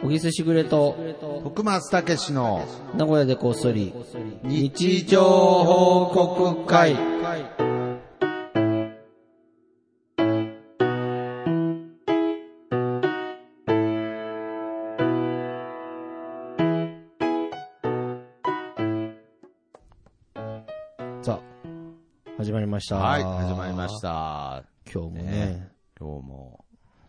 小木瀬しぐれと、徳松たけしの名古屋でこっそり、日常報告会。さあ、始まりました。はい、始まりまし。た。今日もね、ね今日も。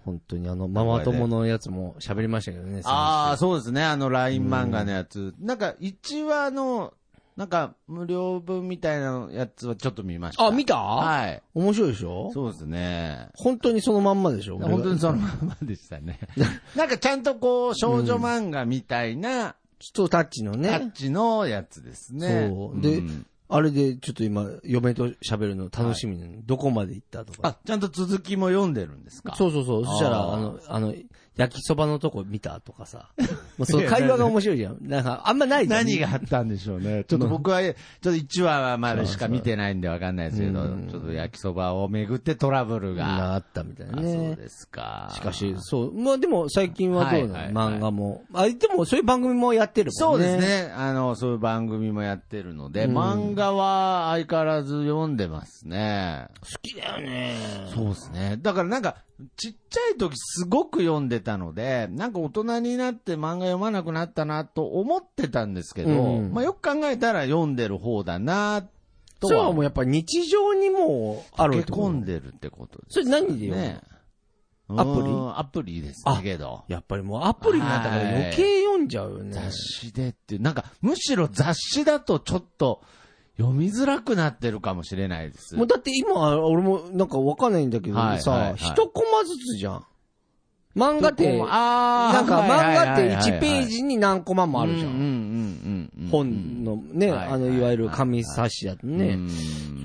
本当にあの、ママ友のやつも喋りましたけどね。ああ、そうですね。あの、ライン漫画のやつ。なんか、一話の、なんか、無料分みたいなやつはちょっと見ました。あ見たはい。面白いでしょそうですね。本当にそのまんまでしょ本当にちょそのままでした ね。なんか、ちゃんとこう、少女漫画みたいなっとタッチのタねッ。チのやつですね。そう。で、んあれでちょっと今、嫁と喋るの楽しみなの、どこまで行ったとか。あ、ちゃんと続きも読んでるんですかそうそうそう。そしたら、あーあの、あの、焼きそばのとこ見たとか さ。もうその会話が面白いじゃん。なんか、あんまないじゃん。何があったんでしょうね。ちょっと僕は、ちょっと1話までしか見てないんでわかんないですけど、ちょっと焼きそばをめぐってトラブルが。があったみたいなあそうね。ですか。しかし、そう。まあでも最近はどうなの、はいはいはい漫画も。あ、でもそういう番組もやってるもんね。そうです。ね。あの、そういう番組もやってるので、漫画は相変わらず読んでますね。好きだよね。そうですね。だからなんか、ちっちゃい時すごく読んでたので、なんか大人になって漫画読まなくなったなと思ってたんですけど、うんまあよく考えたら読んでる方だなとそれははもうやっぱ日常にもうある溶ってけこと込んでるってことでそすれ何でよ、ね。アプリうんアプリですあけど。やっぱりもうアプリになったから余計読んじゃうよね。雑誌でっていう、なんか、むしろ雑誌だとちょっと読みづらくなってるかもしれないです。もうだって今、あ俺もなんかわかんないんだけどはいはいはさ、い一コマずつじゃん。漫画って、なんかあー漫画って1ペーはいジに何コマもあはいはいはいるじゃうんうんん。うんうん。本のね、はいはいあの、いわゆる紙冊子だとね。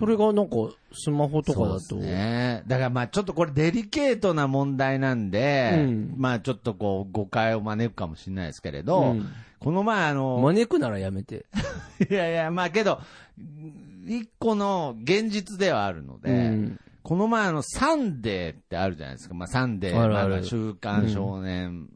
それがなんか、スマホとかそうだですと。ね。だからまあちょっとこれデリケートな問題なんで、うんまあちょっとこう誤解を招くかもしれないですけれど、うんこの前あの、招くならやめて。 いやいや、まあけど、一個の現実ではあるのうで、んこの前あの、サンデーってあるじゃないですか。まあサンデー、あるあるまあ週刊少年、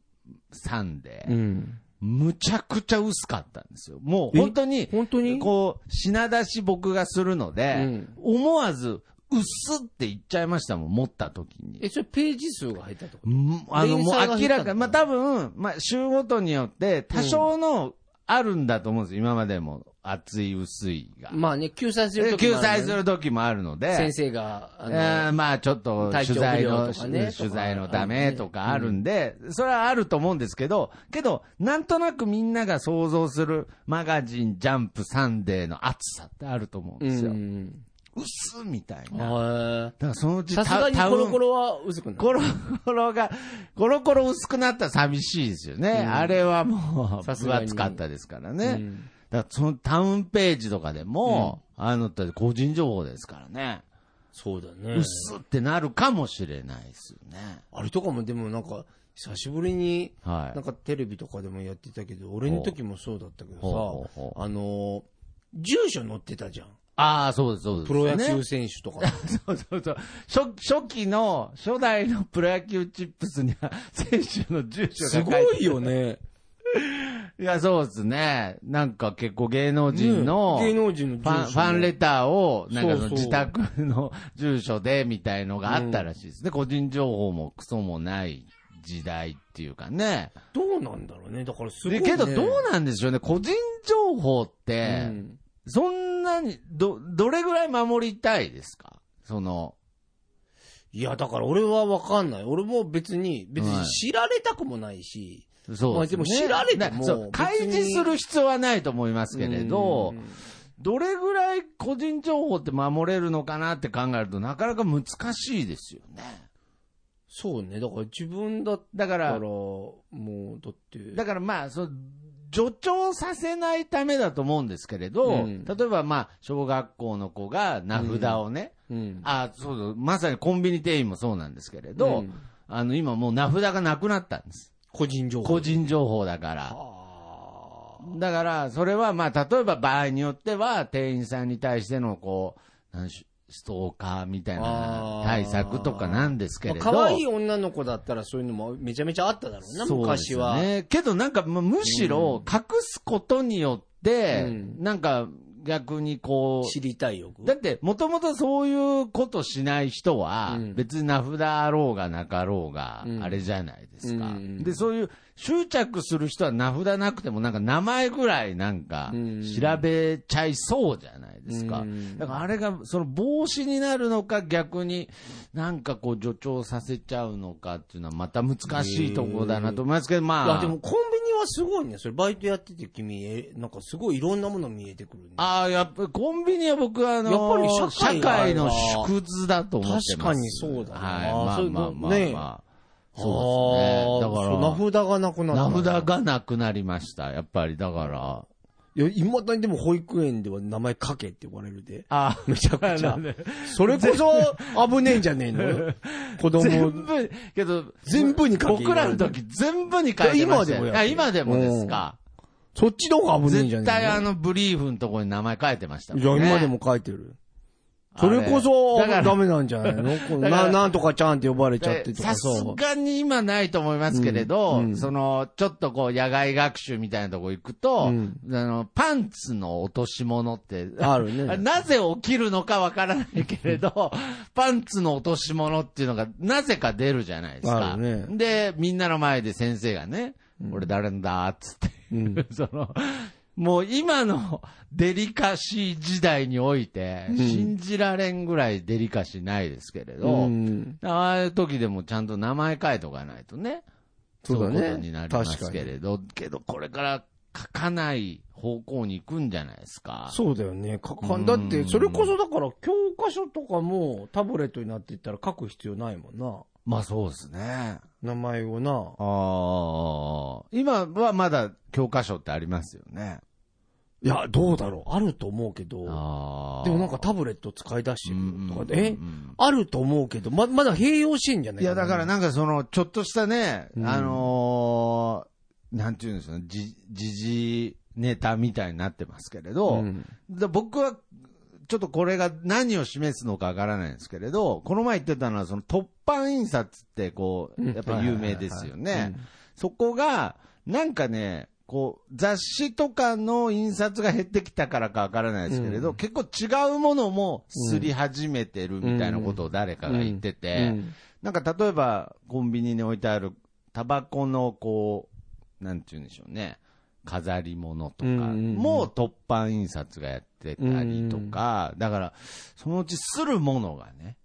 サンデー、うん。むちゃくちゃ薄かったんですよ。もう本当に、本当にこう、品出し僕がするので、思わず、薄って言っちゃいましたもん、持った時に。え、それページ数が入ったとかうんあの、連もう載が減った明らのかなか、まあ、多分、まあ、週ごとによって、多少の、あるんだと思うんですよ。今までも、厚い、薄いが。まあね、救済するで時も救あ済ねする時もあるので、先生が、あえのーまあ、ちょっと、体取調不材良の、とかね取材のとかためとかあるんで、それはあると思うんですけど、けど、なんとなくみんなが想像する、マガジン、ジャンプ、サンデーの厚さってあると思うんうですよ。ん。薄みたいな。だかはらそのういち、さすがにタウンコロコロは薄くなる。コロコロが、コロコロ薄くなったら寂しいですよね。あれはもう、さす分がに厚かったですからね。うんだからそのタウンページとかでも、あの、だって個人情報ですからね。そうだねうっすってなるかもしれないですよね。あれとかもでもなんか、久しぶりに、はないんかテレビとかでもやってたけど、俺の時もそうだったけどほうほうほさ、あのー、住所載ってたじゃん。ああ、そうです、そうです、プロ野球ね。選手とか。そうそうそう。初、初期の、初代のプロ野球チップスには、選手の住所が書すいてごあるいよね。いや、そうですね。なんか結構芸能人の、ね芸能人のフ住所ァンねファンレターを、なんかそそのうそう自宅の住所でみたいのがあったらしいですね。個人情報もクソもない時代っていうかね。どうなんだろうね。だからすごい、でね。けどどうなんでしょうね。個人情報って、うんそんなに、ど、どれぐらい守りたいですかその、いや、だから俺はわかんない。俺も別に、別はいに知られたくもないし、そうですね。まあでも知られてもなそう開別に示する必要はないと思いますけれど、うんどれぐらい個人情報って守れるのかなって考えると、なかなか難しいですよね。そうね。だから自分だっだかたら、ら、もう、だって。だからまあ、その、助長させないためだと思うんですけれど、うん例えばまあ、小学校の子が名札をね、うん。あ、そうそう、まさにコンビニ店員もそうなんですけれど、うんあの、今もう名札がなくなったんです。個人情報。個人情報だから。あだから、それはまあ、例えば場合によっては、店員さんに対してのこう、なんしストーカーみたいあなー対策とかなんですけれど。まあ可愛い女の子だったらそういうのもめちゃめちゃあっただろうな、そうで昔すは。ね。けどなんかむむしろ隠すことによって、うんなんか逆にこ知りたい欲う、。だってもともとそういうことしない人はうん、別に名札あろうがなかろうがう、んあれじゃないですか、うんで、そういう執着する人は名札なくてもなんか名前ぐらいなんかうん調べちゃいそうじゃないですか。うんだからあれが、その防止になるのか逆になんかこう助長させちゃうのかっていうのはまた難しいところだなと思いますけど、いまや、あ。でもコンビニはすごいね。それバイトやってて君、え、なんかすごいいろんなもの見えてくるね。ああ、やっぱりコンビニは僕はあのやっぱり社会がの縮図だと思ってます。確かにそうだなはい。まあそういうまあのまあまあ。そうですね。だから。そう名札がなくなった。名札がなくなりました。やっぱり、だから。いや、いまだにでも保育園では名前書けって言われる で。あめちゃくちゃ。それこそ危ねえんじゃねえ の子供。全部、けど、全部に書け僕らの時全部に書いてましたよ今でもやってるあ今でもですか。そっちの方が危ねえんじゃ絶ね対えあのブリーフのところに名前書いてましたのもんいや、ね。今でも書いてる。それこそあれだからダメなんじゃない のこうだからな、なんとかちゃんって呼ばれちゃってでとかささ。すがに今ないと思いますけれど、うんうんその、ちょっとこう、野外学習みたいなとこ行くうと、んあの、パンツの落とし 物って、あるねあれなぜ起きるのかわからないけ れど、パンツの落とし物っていうのが、なぜか出るじゃないですあか。るで、みんなの前で先生がね、俺誰んだっつって、 うん。その、もう今の デリカシー時代において、ん信じられんぐらいデリカシーないですけれど、うん。ああいう時でもちゃんと名前書いとかないとね。そうだねいことになりますけれど、けどこれから書かない方向に行くんじゃないですか。そうだよね。かかうんだって、それこそだから教科書とかもタブレットになっていったら書く必要ないもんな。まあそうですね。名前をな。ああ、今はまだ教科書ってありますよね。いや、どうだろう。あると思うけど。ああ。でもなんかタブレット使い出してうるんとうかんで。えあると思うけど、ま、まだ併用してんじゃないいやだからな。なんかその、ちょっとしたね、うんあのーなんていうんですかね、じ、じじネタみたいになってますけれど、うんで僕は、ちょっとこれが何を示すのかわからないんですけれど、この前言ってたのは、その突版印刷って、こうう、んやっぱ有名ですよはいはいはいね。そこが、なんかね、こう、雑誌とかの印刷が減ってきたからかわからないですけれど、うん結構違うものもすり始めてるみたいなことを誰かが言ってて、うんなんか例えばコンビニに置いてあるタバコのこう、なんて言うんでしょうね、飾り物とうかんうんうんもう突版印刷がやってたりとか、だからそのうちするものがね、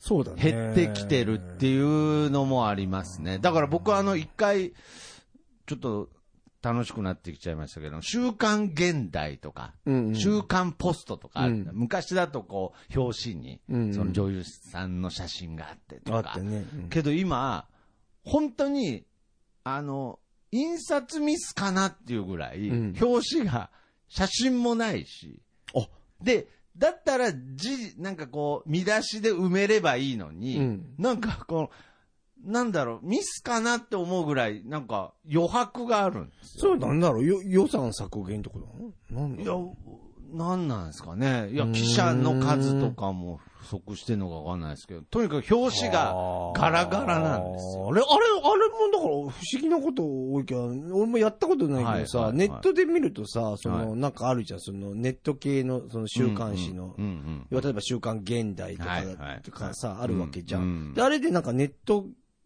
そうだね。減ってきてるっていうのもありますね。だから僕はあの一回、ちょっと楽しくなってきちゃいましたけど、週刊現代とか、うんうん週刊ポストとかあるんだ、う昔だとこう、表紙にうんうん、その女優さんの写真があってとあか、ってね。うんけど今、本当に、あの、印刷ミスかなっていうぐらい、うん表紙が写真もないし、あで、だったら字、なんかこう、見出しで埋めればいいのに、うんなんかこう、なんだろう、ミスかなって思うぐらい、なんか余白があるんですそれなんだろうよ予算削減ってことなのなんだいやろ、なんなんですかね。いうや、ーん記者の数とかも不足してんのかわかんないですけど、とにかく表紙がガラガラなんですよ。あれ、あれ、あれもだから不思議なこと多いけど、俺もやったことないけどさ、はいはいネットで見るとさ、その、はなんかあるじゃん、そのネット系の、その週刊誌の、うんうんうんうん要は例えば週刊現代とはかいはいとかさ、あるわけじゃうんん。うんで、あれでなんかネット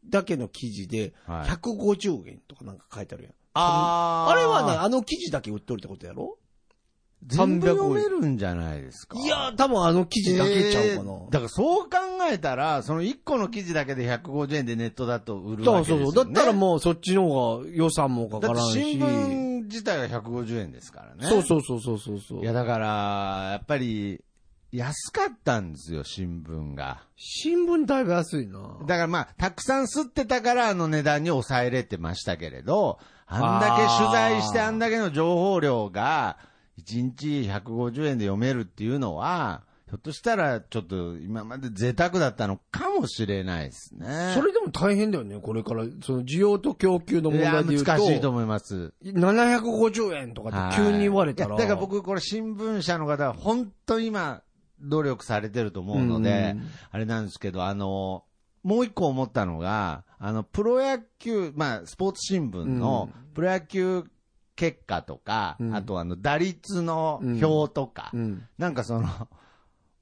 だけの記事で、はい150円とかなんか書いてあるやん。ああれはね、あの記事だけ売っとるってことやろ全部読めるんじゃないですか。いやー、多分あの記事だけちゃうかな。えーだからそう考えたら、その1個の記事だけで150円でネットだと売るそわうけですよ、そうね。そう。だったらもうそっちの方が予算もかだかってらんし。新聞自体が150円ですからね。そうそうそうそうそうそう。いや、だから、やっぱり、安かったんですよ、新聞が。新聞だいぶ安いな。だからまあ、たくさん吸ってたからあの値段に抑えれてましたけれど、あんだけ取材してあーあんだけの情報量が、1日150円で読めるっていうのは、ひょっとしたらちょっと今まで贅沢だったのかもしれないですね。それでも大変だよね、これから。その需要と供給の問いや題で言うと。難しいと思います。 750円とかって急に言われたら。はいいやだから僕、これ新聞社の方は本当今、努力されてると思うので、あれなんですけど、あの、もう一個思ったのが、あの、プロ野球、まあ、スポーツ新聞のプロ野球結果とか、うんあとあの、打率の表とか、うん。なんかその、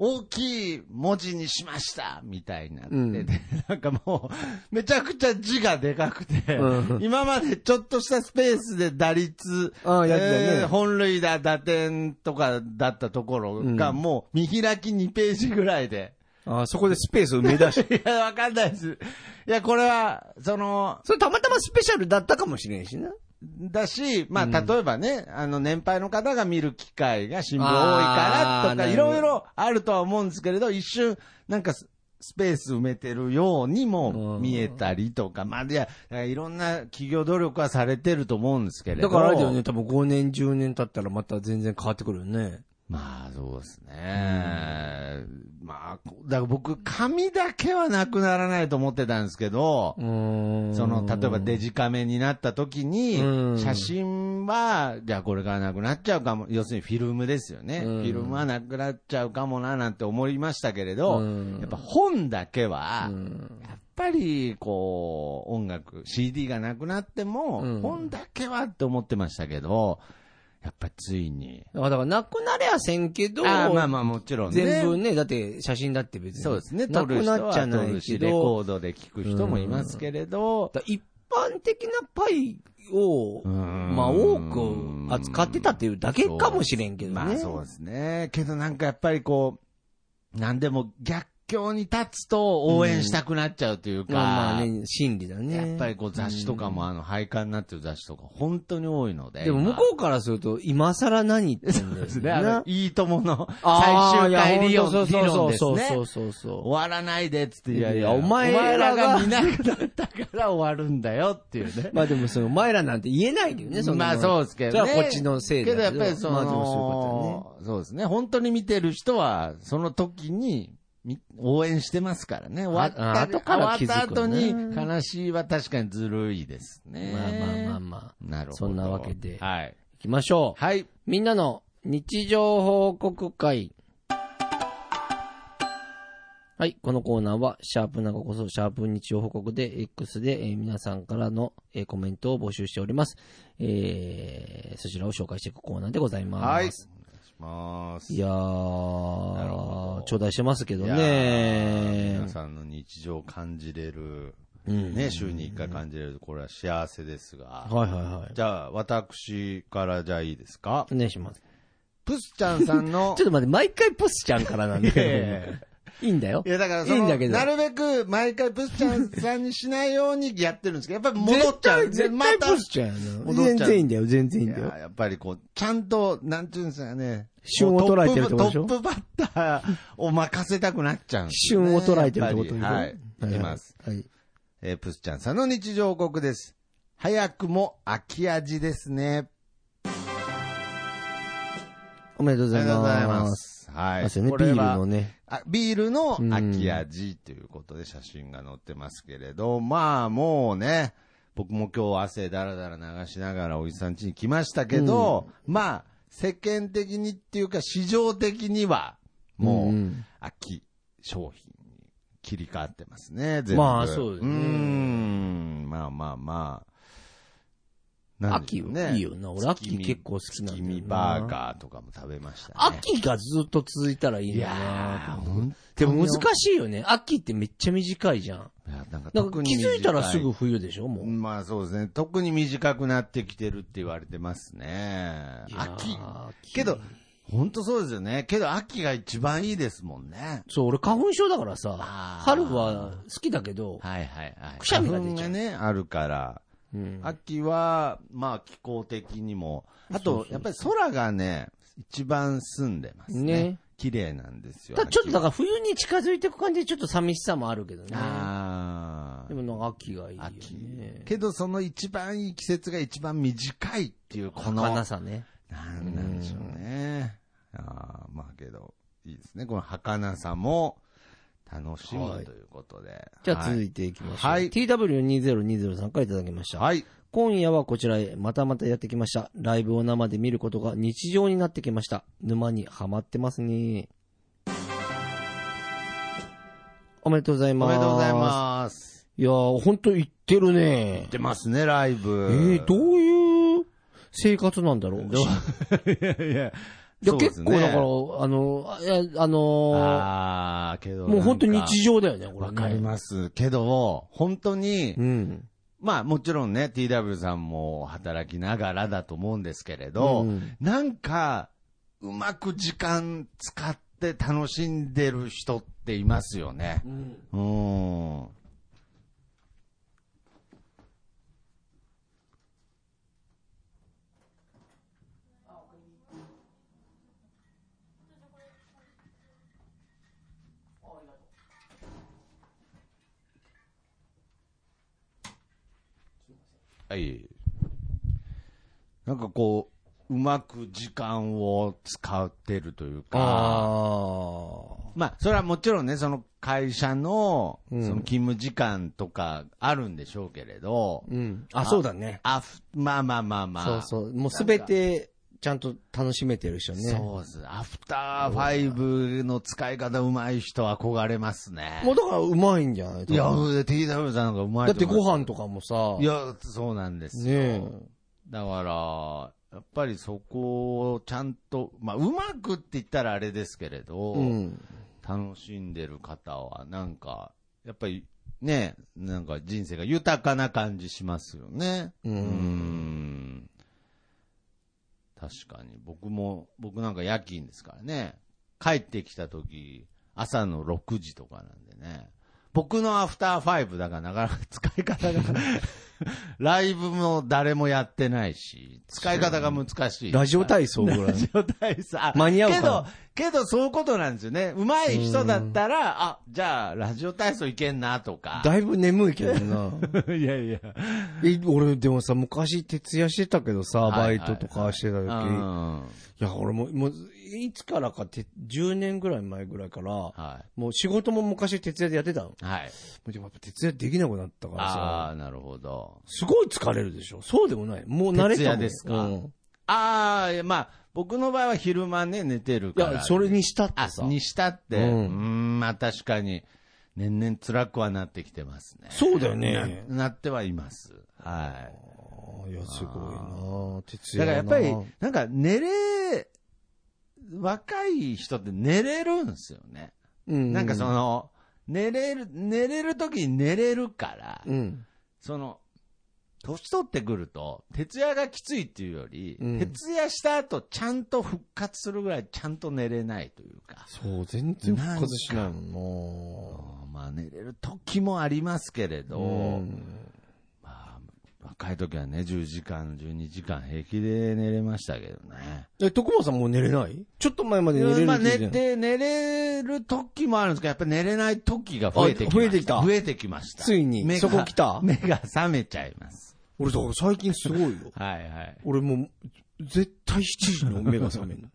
大きい文字にしましたみたいになってて、うん なんかもう、めちゃくちゃ字がでかくて、うん今までちょっとしたスペースで打率、ああ、やってたね。えー本塁打、打点とかだったところが、うんもう見開き2ページぐらいで。 ああ、そこでスペースを埋め出しいや、わかんないです。いや、これは、その、 それたまたまスペシャルだったかもしれんしな。だし、まあ、うん例えばね、あの、年配の方が見る機会が新聞多いあーからとなか、るいほどろいろあるとは思うんですけれど、一瞬、なんかス、スペース埋めてるようにも見えたりとか、まあ、いや、いろんな企業努力はされてると思うんですけれだど。からあれだよね、多分5年、10年経ったらまた全然変わってくるよね。まあ、そうですね。まあ、だから僕、紙だけはなくならないと思ってたんですけど、うんその、例えばデジカメになった時うんに、写真は、じゃあこれからなくなっちゃうかも、要するにフィルムですよね。うフんィルムはなくなっちゃうかもな、なんて思いましたけれうどん、やっぱ本だけはう、んやっぱり、こう、音楽、CD がなくなってうもん、本だけはって思ってましたけど、やっぱついに。だから、なくなりゃせんけど、ああまあまあもちろんね。全部ね、だって写真だって別に。そうですね。な撮るく人なっはちゃな撮いるけし、レコど、ードで聞く人もいますけれど、だから一般的なパイを、んまあ多く扱ってたっていうだけかもしれんけどね。まあそうですね。けどなんかやっぱりこう、なんでも逆境に立つと応援したくなっちゃうというか、まあまあね、心理だね。やっぱりこう雑誌とかもあの廃刊になってる雑誌とか本当に多いので。でも向こうからすると、今更何言ってんだよ、ね。うね。あの、いいとものあー最終回い理や論ほんと理論ですそうそうそねう。そうそう終わらないでっつって、いやいいやや、お前ららがが見なくなったから終わるんだよっていう ね。まあでもその、お前らなんて言えないけどね、その。まあそうですけどね。それはこっちのせいだけどやっぱりその、まあでもそういうことだね。そうですね。本当に見てる人は、その時に、み応援してますからね。終わったあ後から気づくね終わった後に、悲しいは確かにずるいですね。まあまあまああ。まあ。なるほど。そんなわけではい。行きましょう。はい。みんなの日常報告会。はい。このコーナーは、シャープなここそ、シャープ日常報告で、X で、えー皆さんからの、えーコメントを募集しております。えー、そちらを紹介していくコーナーでございます。はい。お願いします。いやなるほーど、頂戴してますけどいやーね皆。さんの日常を感じれる、うんね、週に一回感じれる、これは幸せですが。はいはいはい。じゃあ、私からじゃあいいですかお願いします。プスちゃんさんのちょっと待って、毎回ポスちゃんから なんだいやいやいけど。いいんだよい。や、だからそいいんの、だけどなるべく毎回プスちゃんさんにしないようにやってるんですけど、やっぱり戻っちゃう。絶対ま絶た対ポスちゃんやな。戻っちゃう全然いいんだよ、全然いいんだいよや。やっぱりこう、ちゃんと、なんていうんですかね。旬を捉えてるってことでしょトップバッターを任せたくなっちゃうんですよね、旬を捉えてるってことでしょやぱりはい。いきます。。はい。えープスちゃんさんの日常報告です。早くも秋味ですね。おめでとうござありいがとうございま。ますす。はあい。そうね、こビーれルはのね。あビールの秋味ということで写真が載ってますけれど、まあもうね、僕も今日汗だらだら流しながらおじさん家に来ましたけど、まあ世間的にっていうか市場的にはもううん秋商品に切り替わってますね、全部。まあそうですねうーん、まあまあまあ。なんでし秋ょういいよな。俺、秋結構好きなんだ月よな。見バーガーとかも食べましたね。秋がずっと続いたらいいいのかやなー、ほんでも難しいよね。秋ってめっちゃ短いじゃん。いやななんかんか特に気づいたらすぐ短冬でしょ、もう。まあそうですね。特に短くなってきてるって言われてますね。秋。秋けど、本当そうですよね。けど秋が一番いいですもんね。そう、俺花粉症だからさ、あー春は好きだけど、はいはいはい。くしゃみが出ちゃう花粉ね、あるから。うん秋は、まあ気候的にも。そあうとそ、うやっぱり空がね、一番澄んでますねね。綺麗なんですよ。ただちょっとだか秋はら冬に近づいていく感じでちょっと寂しさもあるけどね。あでもーなんか秋がいいよ秋ね。。けどその一番いい季節が一番短いっていう、この。儚さね。なんなんでしょうね。ああ、まあけど、いいですね。この儚さも楽しはむいということで。じゃあ続はいいていきましょう。はい TW2020 さんからいただきました。はい。今夜はこちらへまたまたやってきました。ライブを生で見ることが日常になってきました。沼にはまってますね。おめでとうございおます。めでとうございます。す。いやー、ほんと行ってるね。出ますね、ライブ。えー、どういう生活なんだろうどう いやいや。いや、そうです結ね構だから、あの、いや、あのあーけどー、もう本当に日常常。だよね、これ、わかります。けど、本当に、うん。まあもちろんね、TW さんも働きながらだと思うんですけれうど、んなんか、うまく時間使って楽しんでる人っていますよね。うん。はい。なんかこう、うまく時間を使ってるというか、あまあ、それはもちろんね、その会社の、そうんの勤務時間とかあるんでしょうけれど、ー。うん。あ、そうだね。あ、ふまあまあまあまあ。そうそう。もうすべて、ちゃんと楽しめてる人ね。そうです。アフターファイブの使い方うまい人憧れますね。もうだから、うまいんじゃないいや、TW さんなんかうまいだってと思いごます飯とかもさ、いや、そうなんですよ。ねだから、やっぱりそこをちゃんと、まあ、うまくって言ったらあれですけれど、え。うん。楽しんでる方は、なんか、やっぱり、ね、なんか人生が豊かな感じしますよね。うんん確かに。僕も、僕なんか夜勤ですからね。帰ってきた時、朝の6時とかなんでね。僕のアフターファイブだからなかなか使い方 が、ライブも誰もやってないし、使い方が難しい。ラジオ体操ぐらラい。ジオ体操。あ間に合うかけどな、けどそういうことなんですよね。上手い人だったら、あ、じゃあ、ラジオ体操いけんなとか。だいぶ眠いけど な。いやいや。え、俺でもさ、昔徹夜してたけどさ、バはいはいイトとかしてたう時、ん。いや、俺も、もう、いつからかて、10年ぐらい前ぐらいから、はもう仕事も昔徹夜でやってたの。もい。はい。うでもやっぱ徹夜できなくなったからあさ、あ、なるほど。すごい疲れるでしょそうでもない。もう慣れたもん徹夜ですかうんああ、いやまあ、僕の場合は昼間ね、寝てるいから。や、それにしたってあ、さ、にしたって。ううんん、まあ確かに、年々辛くはなってきてますね。そうだよね。ななってはいます。はあい。いや、すごいな徹だ夜だからやっなぱり、なんか寝れ、若い人って寝れるんですよね。うんなんかそ、の、寝れる、寝れる時に寝れるから、うん。その、年取ってくると、徹夜がきついっていうより、うん徹夜した後、ちゃんと復活するぐらいちゃんと寝れないというか、そう、全然復活しないもうんまあ寝れる時もありますけれんなど、うん。まあ、若い時はね、10時間、12時間平気で寝れましたけどね。え、徳間さんもう寝れないちょっと前まで寝れるってま言あ、ってた寝じゃんて、寝れる時もあるんですけど、やっぱ寝れない時が増えてきました。あ増えてきた増えてきました。ついに目がそこ来た 目が覚めちゃいます。俺、だから最近すごいよ。はいはい。俺もう、絶対7時に目が覚める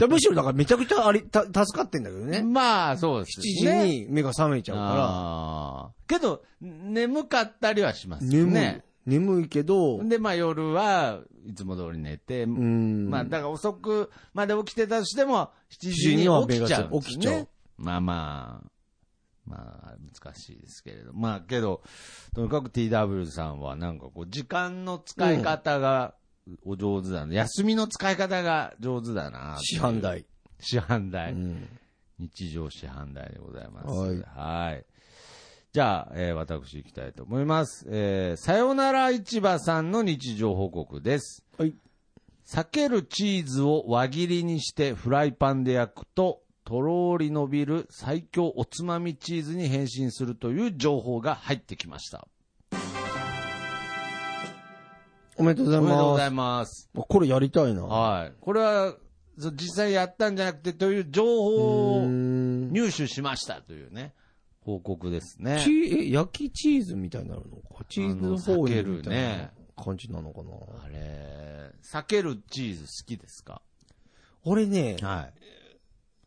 の。むしろだからめちゃくちゃあり、た、助かってんだけどね。まあ、そうで7す時ね。に目が覚めちゃうかあーけど、眠かったりはしまら、すよ眠い、ね。眠いけど、で、まあ夜はいつも通り寝て、んまあだから遅くまで起きてたとしても、7時時にには目起きがちゃ覚うんめで起すね。きちゃうまあまあ、まあ難しいですけれど。まあけど、とにかく TW さんはなんかこう時間の使い方がお上手だな、休みの使い方が上手だな。市販。代。市販う代。ん。日常市販代でございます。ははいい。じゃあ、えー私行きたいと思います。えーさよなら市場さんの日常報告です。はい。避けるチーズを輪切りにしてフライパンで焼くと、とろーり伸びる最強おつまみチーズに変身するという情報が入ってきました。おめでとうござおいめでとうごまざいす。ます。これやりたいな。はい。これは、そう実際やったんじゃなくてという情う報をーん入手しましたというね、報告ですね。チーえ、焼きチーズみたいになるのかチーズの方あにのみたいな感じなのかな、あれ、避けるチーズ好きですか俺ね、は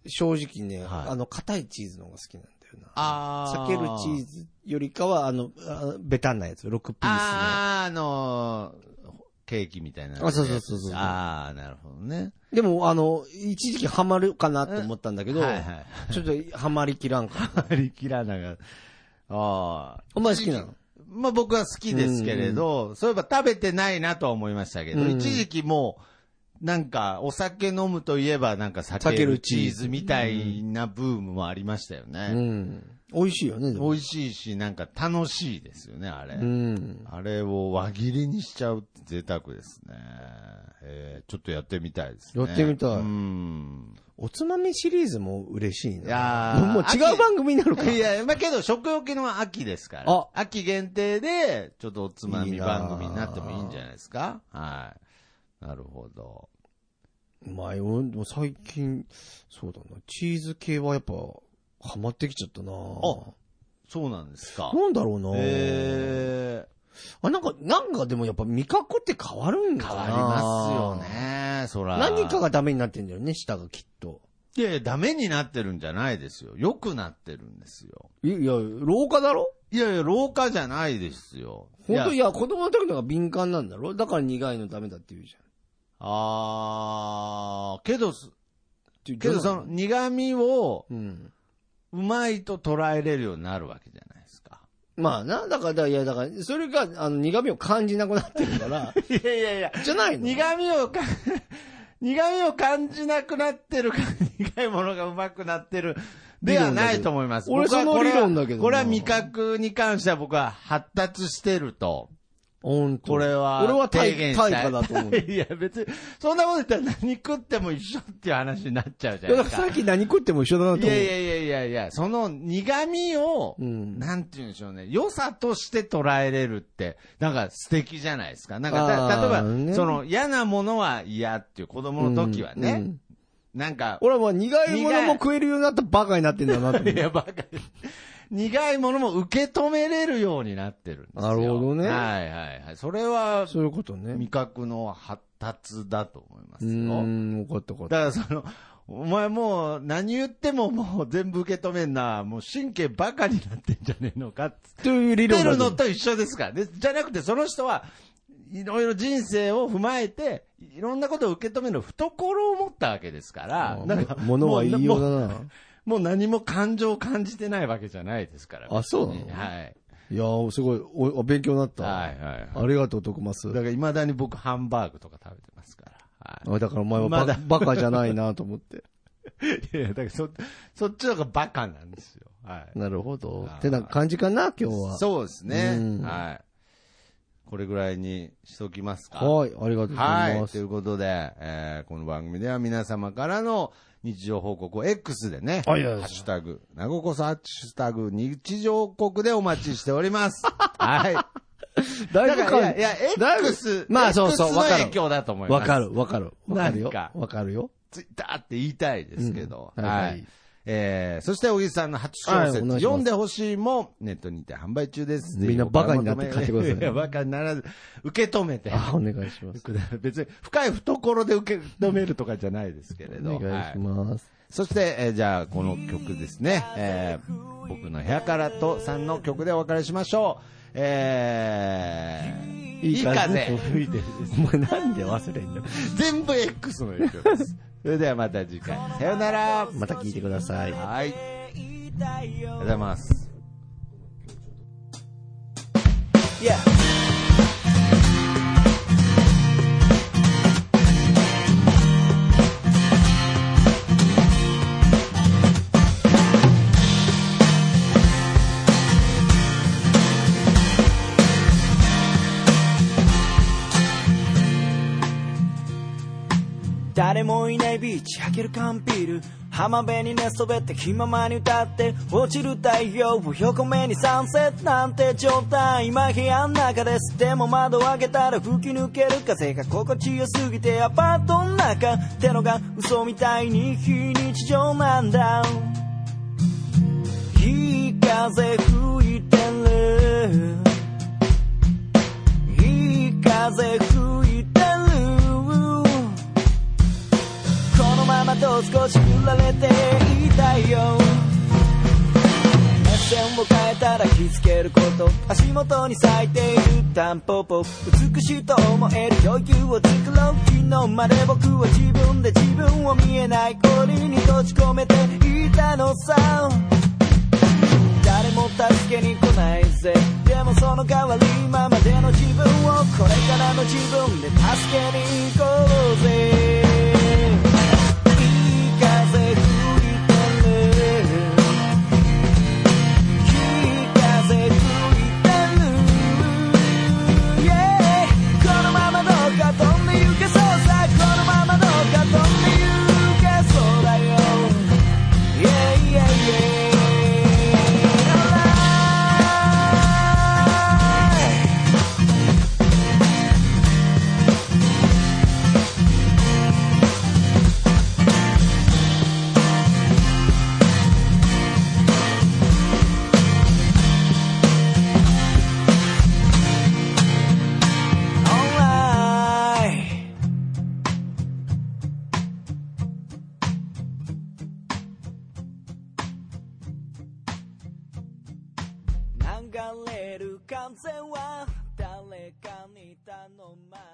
い。正直ね、はいあの、硬いチーズの方が好きなんだよな。あー避けるチーズよりかは、あの、あベタなやつ、6ピースの。あー、あのー、ケーキみたいな。あそうそうそうそうああ、なるほどね。でも、あの、一時期ハマるかなと思ったんだけど、はいはい。ちょっとハマりきらん か。ありきらなが。ああ。お前好きなのまあ僕は好きですけれど、そういえば食べてないなとは思いましたけど、うん一時期もう、なんかお酒飲むといえばなんか避酒けるるチチーーズズみたいなブームもありましたようね。ん。美味しいよね、でも。美味しいし、なんか楽しいですよね、あれ。うん。あれを輪切りにしちゃうって贅沢ですね。えーちょっとやってみたいですね。やってみたいうん。おつまみシリーズも嬉しいな。いやーもう違う番組になるか。いや、まあけど、食欲の秋ですから。あ秋限定で、ちょっとおつまみ番組になってもいいんじゃないですかはい。なるほど。お前、俺も最近、そうだな、チーズ系はやっぱ、ハマってきちゃったなあそうなんですか。なんだろうなえあ、なんか、なんかでもやっぱ味覚って変わるんー、か変なわりますよ。ね。そら。何かがダメになってんだよね、舌がきっと。いやいや、ダメになってるんじゃないですよ。良くなってるんですよ。いいや、老化だろいやいや、老化じゃないですよ。本当いいやや、子供の時のが敏感なんだろだから苦いのダメだって言うじゃん。あー、けど、っていうけどその、苦味を、うん。うまいと捉えれるようになるわけじゃないですか。まあな、だから、だいや、だから、それが、あの、苦味を感じなくなってる から、いやいやいや、じゃないの苦味をか、 苦味を感じなくなってるから、苦いものがうまくなってる。ではないと思います。理論だけど僕はこれ俺その理は論だけどなこれは味覚に関しては僕は発達してると。本当これは。俺は提対言した対い価だと思う。 いや、別に、そんなこと言ったら何食っても一緒っていう話になっちゃうじゃいやだからないですさか。っき何食っても一緒だなとい思う。やいやいやいやいや、その苦味を、うんなんて言うんでしょうね、良さとして捉えれるって、なんか素敵じゃないですか。なんかあーた、例えば、ねその嫌なものは嫌っていう子供の時はね、うんうんなんか、俺はもう苦いものも食えるようになったバカになってんだなと思ういや、バカ苦いものも受け止めれるようになってるんですよ。なるほどねはいはいはい。それは、そういうことね 味。覚の発達だと思いまうすよ。ーん、分かった分かっだからその、お前もう何言ってももう全部受け止めんな、もう神経バカになってんじゃねえのかっつた。という理って論だるとの思うと一緒ですから。でじゃなくてその人はいろいろ人生を踏まえて、いろんなことを受け止める懐を持ったわけですから、なんかものは言いようもだな。もう何も感情を感じてないわけじゃないですから。あそうなの別にはい。いやー、すごい、お、お勉強になった。はいはいはい。ありがとう、徳松。だから未だに僕ハンバーグとか食べてますから。はいあだからお前はバ,、まだバカじゃないなと思 って。いやいや、だからそ、そっちの方がバカなんですよ。はい。なるほどあーってな感じかな、今日は。そうですうね。んはい。これぐらいにしときますか。はい、ありがとうございはまい。といす。うことで、えーこの番組では皆様からの日常報告を X でね、はいはいはいハッシュタグ、なごこそハッシュタグ、日常報告でお待ちしてお ります。はい。だだいぶから、かいや、いだやいぶ X、まあそうそう X のわかる影響だと思います。わか。る、わかる。わかるよなんか。わかるよ。ツイッターって言いたいですけど、うんは。はいいえー、そして、小木さんの初小はいお説、願いします読んでほしいも、ネットにて販売中です。みんなバカになって買ってくださいいや、 バカにならず、受け止めて。あ、お願いします。 別に深い懐で受け止めるとかじゃないですけれど。お願いしはいます。そして、えーじゃあこの曲ですね。えー僕の部屋からとさんの曲でお別れしましょう。えー、いい風。吹いてるです。お前なんで忘れんの全部 X の影響です。それではまた次回。さよなら。また聞いてください。はい。ありがとうございます。誰もいないビーチ開ける缶ビール浜辺に寝そべって気ままに歌って落ちる太陽を横目にサンセットなんて状態今部屋の中ですでも窓を開けたら吹き抜ける風が心地よすぎてアパートの中ってのが嘘みたいに非日常なんだいい風吹いてるいい風吹いてるこのままと少し振られていたいよ目線を変えたら気づけること足元に咲いているタンポポ美しいと思える余裕を作ろう昨日まで僕は自分で自分を見えない氷に閉じ込めていたのさ誰も助けに来ないぜでもその代わり今までの自分をこれからの自分で助けに行こうぜいい風吹いてるいい風吹いてる Yeah このままどうか飛んで行けそうさこのままどうか飛んで行けそうだよ Yeah yeah yeah Alright オンライン流れる風は誰かに頼まれ